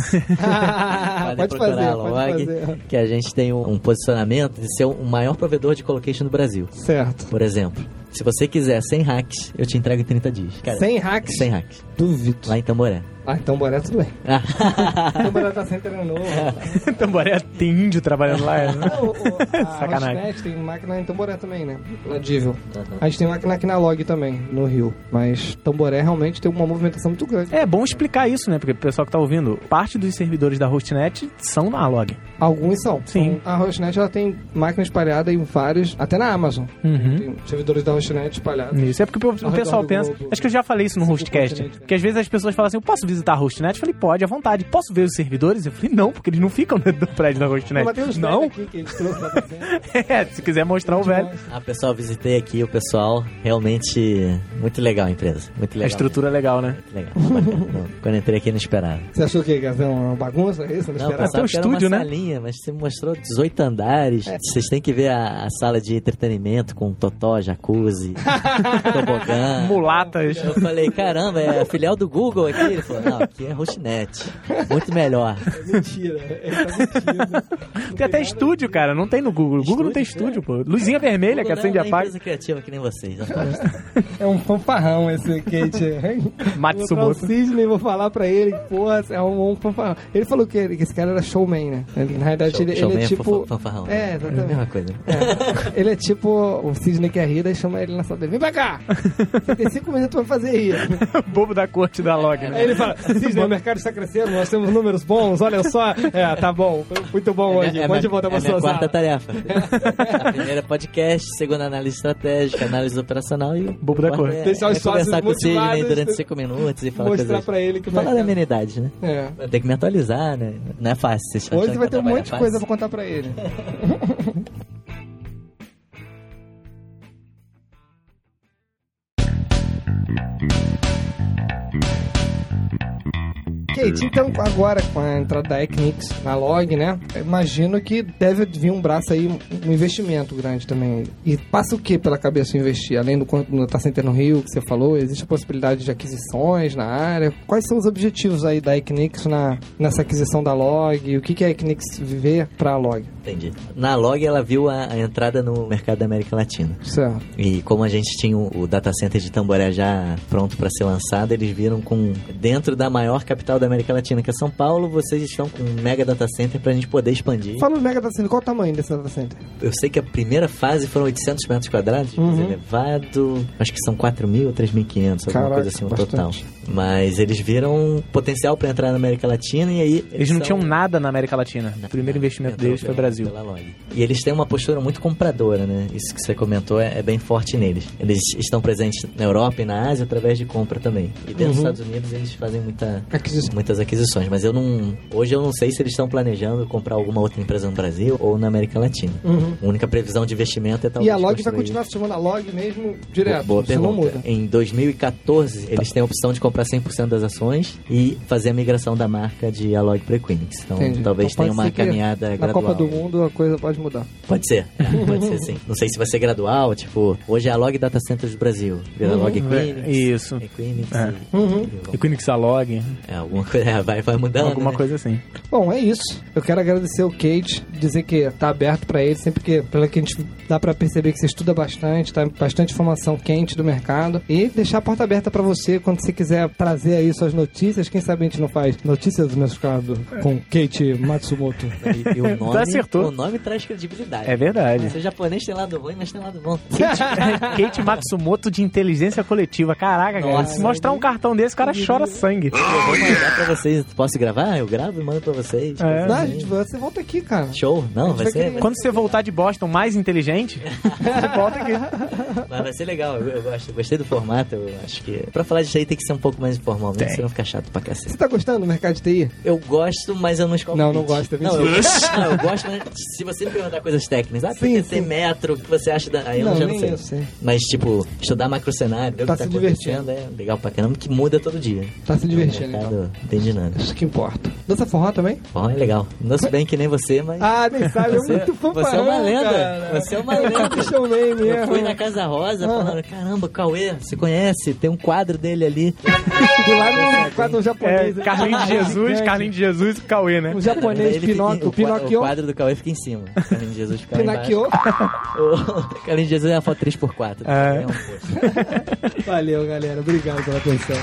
Podem pode procurar fazer, a pode log, fazer. que a gente tem um, um posicionamento de ser o maior provedor de colocation do Brasil. Certo. Por exemplo, se você quiser 100 hacks, eu te entrego em 30 dias. Cara, 100 hacks? 100 É. hacks. Duvido. Lá em Tamboré. <laughs> Ah, então bora tudo bem. Ah, Então bora tá center é novo. <laughs> Tamboré tem índio trabalhando lá. né? Não, o- o- a Sacanagem. Rosnet tem máquina em Tamboré também, né? Na Divel. A gente tem máquina aqui na Log também, no Rio. Mas Tamboré realmente tem uma movimentação muito grande. É bom explicar isso, né? Porque o pessoal que tá ouvindo, parte dos servidores da hostnet são na log. Alguns são. Sim. Então, A Rosnet ela tem máquina espalhada em vários, até na Amazon. Uhum. Tem servidores da Rosnet espalhados. Isso é porque o Ao redor pessoal do pensa. globo. Acho que eu já falei isso no Sim, do hostcast. continente, né? Porque às vezes as pessoas falam assim: eu posso visitar a hostnet? Eu falei: pode, à vontade. Posso ver os servidores? Eu falei: não, porque eles não ficam dentro do prédio da hostnet. Mas tem uns não? velhos aqui que eles trouxeram pra você. É, se quiser mostrar o <laughs> velho. Ah, pessoal, visitei aqui o pessoal. Realmente, muito legal a empresa. Muito legal. A estrutura é legal, né? Muito legal. Bacana. Não, Quando eu entrei aqui, não esperava. Você achou que era uma bagunça? é Isso? Não, Não, esperava. pensava até que o era uma estúdio, né? salinha, mas você me mostrou 18 andares. Vocês têm que ver a, a sala de entretenimento com totó, jacuzzi, Ah. tobogã. Mulatas. É, Eu falei, caramba, é a filial do Google aqui? Ele falou, não, aqui é Hostnet. Muito melhor. Mentira. Ele tá mentindo. Tem até estúdio, cara. Não tem no Google. O Google não tem estúdio, pô. <laughs> Luzinha vermelha que Google não acende e é uma apaga. empresa criativa que nem vocês. né? É um fanfarrão esse Kate. <laughs> hein? Vou Matsumoto. pra o Sidney, vou falar pra ele, porra, é um, um fanfarrão. Ele falou que, ele- que esse cara era showman, né? Ele, na realidade, Show- ele, ele showman é é tipo. fanfa- fanfarrão. É, É a exatamente. mesma coisa. É. Ele é tipo o Sidney que é rida e chama ele na sala dele. Vem pra cá! Você tem cinco minutos pra fazer rir. <laughs> Bobo da corte da log, Aí né? ele fala, Sidney, o mercado está crescendo, nós temos números bons, olha só. É, tá bom, muito bom hoje. É minha- Pode é voltar pra minha- sua é minha quarta sala. tarefa. a primeira é podcast, segunda análise estratégica, análise operacional e... Bobo da quarta cor. é- Deixar os é conversar sócios com o Sidney motivados, durante cinco minutos e falar Mostrar coisas... pra ele que o Falar da mercado... amenidade, né? É. Tem que me atualizar, né? Não é fácil. vocês acham Hoje que vai eu ter um trabalho é monte de fácil? coisa pra contar pra ele. Kate, então agora com a entrada da Equinix na log, né? Imagino que deve vir um braço aí, um investimento grande também. E passa o que pela cabeça investir? Além do quanto no Data Center no Rio, que você falou, existe a possibilidade de aquisições na área. Quais são os objetivos aí da Equinix na, nessa aquisição da log? O que, que a Equinix vê pra log? Entendi. Na log, ela viu a, a entrada no mercado da América Latina. Certo. E como a gente tinha o, o data center de Tamboré já pronto para ser lançado, eles viram com dentro da maior capital da América Latina, que é São Paulo, vocês estão com um mega data center para a gente poder expandir. Fala do Mega Data Center, qual o tamanho desse Data Center? Eu sei que a primeira fase foram 800 metros quadrados, Uhum. mais elevado, acho que são 4.000 ou 3.500, alguma Caraca, coisa assim, no total. bastante. Mas eles viram um potencial para entrar na América Latina e aí... Eles não são- tinham nada na América Latina. O primeiro investimento Entrou deles foi pela- Brasil. pela Log. E eles têm uma postura muito compradora, né? Isso que você comentou é, é bem forte neles. Eles estão presentes na Europa e na Ásia através de compra também. E dentro dos Uhum. Estados Unidos eles fazem muita, Aquisição. muitas aquisições. Mas eu não. Hoje eu não sei se eles estão planejando comprar alguma outra empresa no Brasil ou na América Latina. Uhum. A única previsão de investimento é talvez. E a log vai construir- continuar se chamando a log mesmo direto, Boa isso não pergunta. muda. Em 2014, eles têm a opção de comprar 100% das ações e fazer a migração da marca de Alog para Equinix. Então, Entendi. talvez Então, tenha pode ser uma que caminhada Na gradual. Copa do Mundo a coisa pode mudar. Pode ser, <laughs> é, pode ser sim. Não sei se vai ser gradual, tipo, hoje é a Log Data Centers do Brasil, vira Uhum. Log Equinix. É. Isso. Equinix. E, É. Uhum. Então, E Quinix a log, é, alguma coisa, é, vai, vai mudando. alguma né? coisa assim. Bom, é isso. Eu quero agradecer o Kate, dizer que tá aberto pra ele, sempre que, pelo que a gente dá pra perceber que você estuda bastante, tá bastante informação quente do mercado e deixar a porta aberta pra você quando você quiser trazer aí suas notícias, quem sabe a gente não faz notícias do mercado com Kate Matsumoto. <laughs> E, e o nome, <laughs> Tá, acertou O acertou. nome traz credibilidade. É verdade. Você japonês tem lado ruim, mas tem lado bom. Kate <laughs> Matsumoto de inteligência coletiva. Caraca, cara. Nossa. Se mostrar um cartão desse, o cara chora sangue. Eu vou mandar pra vocês. Posso gravar? Eu gravo e mando pra vocês. Tipo, É. Não, gente, você volta aqui, cara. Show? Não, vai vai ser, querer- Quando você voltar de Boston mais <laughs> inteligente, você volta aqui. mas vai ser legal. Eu, eu gosto, eu gostei do formato. Eu acho que pra falar disso aí tem que ser um pouco mais informal, mesmo, Tem. senão fica chato pra cacete. Você tá gostando do mercado de TI? Eu gosto, mas eu não escolho. Não, não gosto, é Não, eu, <laughs> não, eu gosto, mas se você me perguntar coisas técnicas, ah, Sim, PTT sim. metro, o que você acha da. Aí eu Não, já não nem sei. eu sei. Mas, tipo, estudar macrocenário, ver o Tá que tá se divertindo. acontecendo, é legal pra caramba, que muda todo dia. É um Tá se divertindo, então. Mercado bem dinâmico. Isso que importa. Dança forró também? Bom, é legal. Não se bem que nem você, mas. Ah, nem sabe, você, é muito fã você é uma lenda. Você é uma <laughs> Eu lenda. chamei Eu mesmo. fui na Casa Rosa falando, caramba, Cauê, você conhece? Tem um quadro dele ali. Do lado do quadro japonês. né? É, Carlinhos de Jesus, Gigante. Carlinhos de Jesus e Cauê, né? O japonês Ele- Pinóquio, o, qua- o Pinocchio. quadro do Cauê fica em cima. O Carlinhos de Jesus fica lá embaixo. Pinocchio. O <laughs> Carlinhos de Jesus é uma foto 3x4. É. É. um posto. Valeu, galera. Obrigado pela atenção.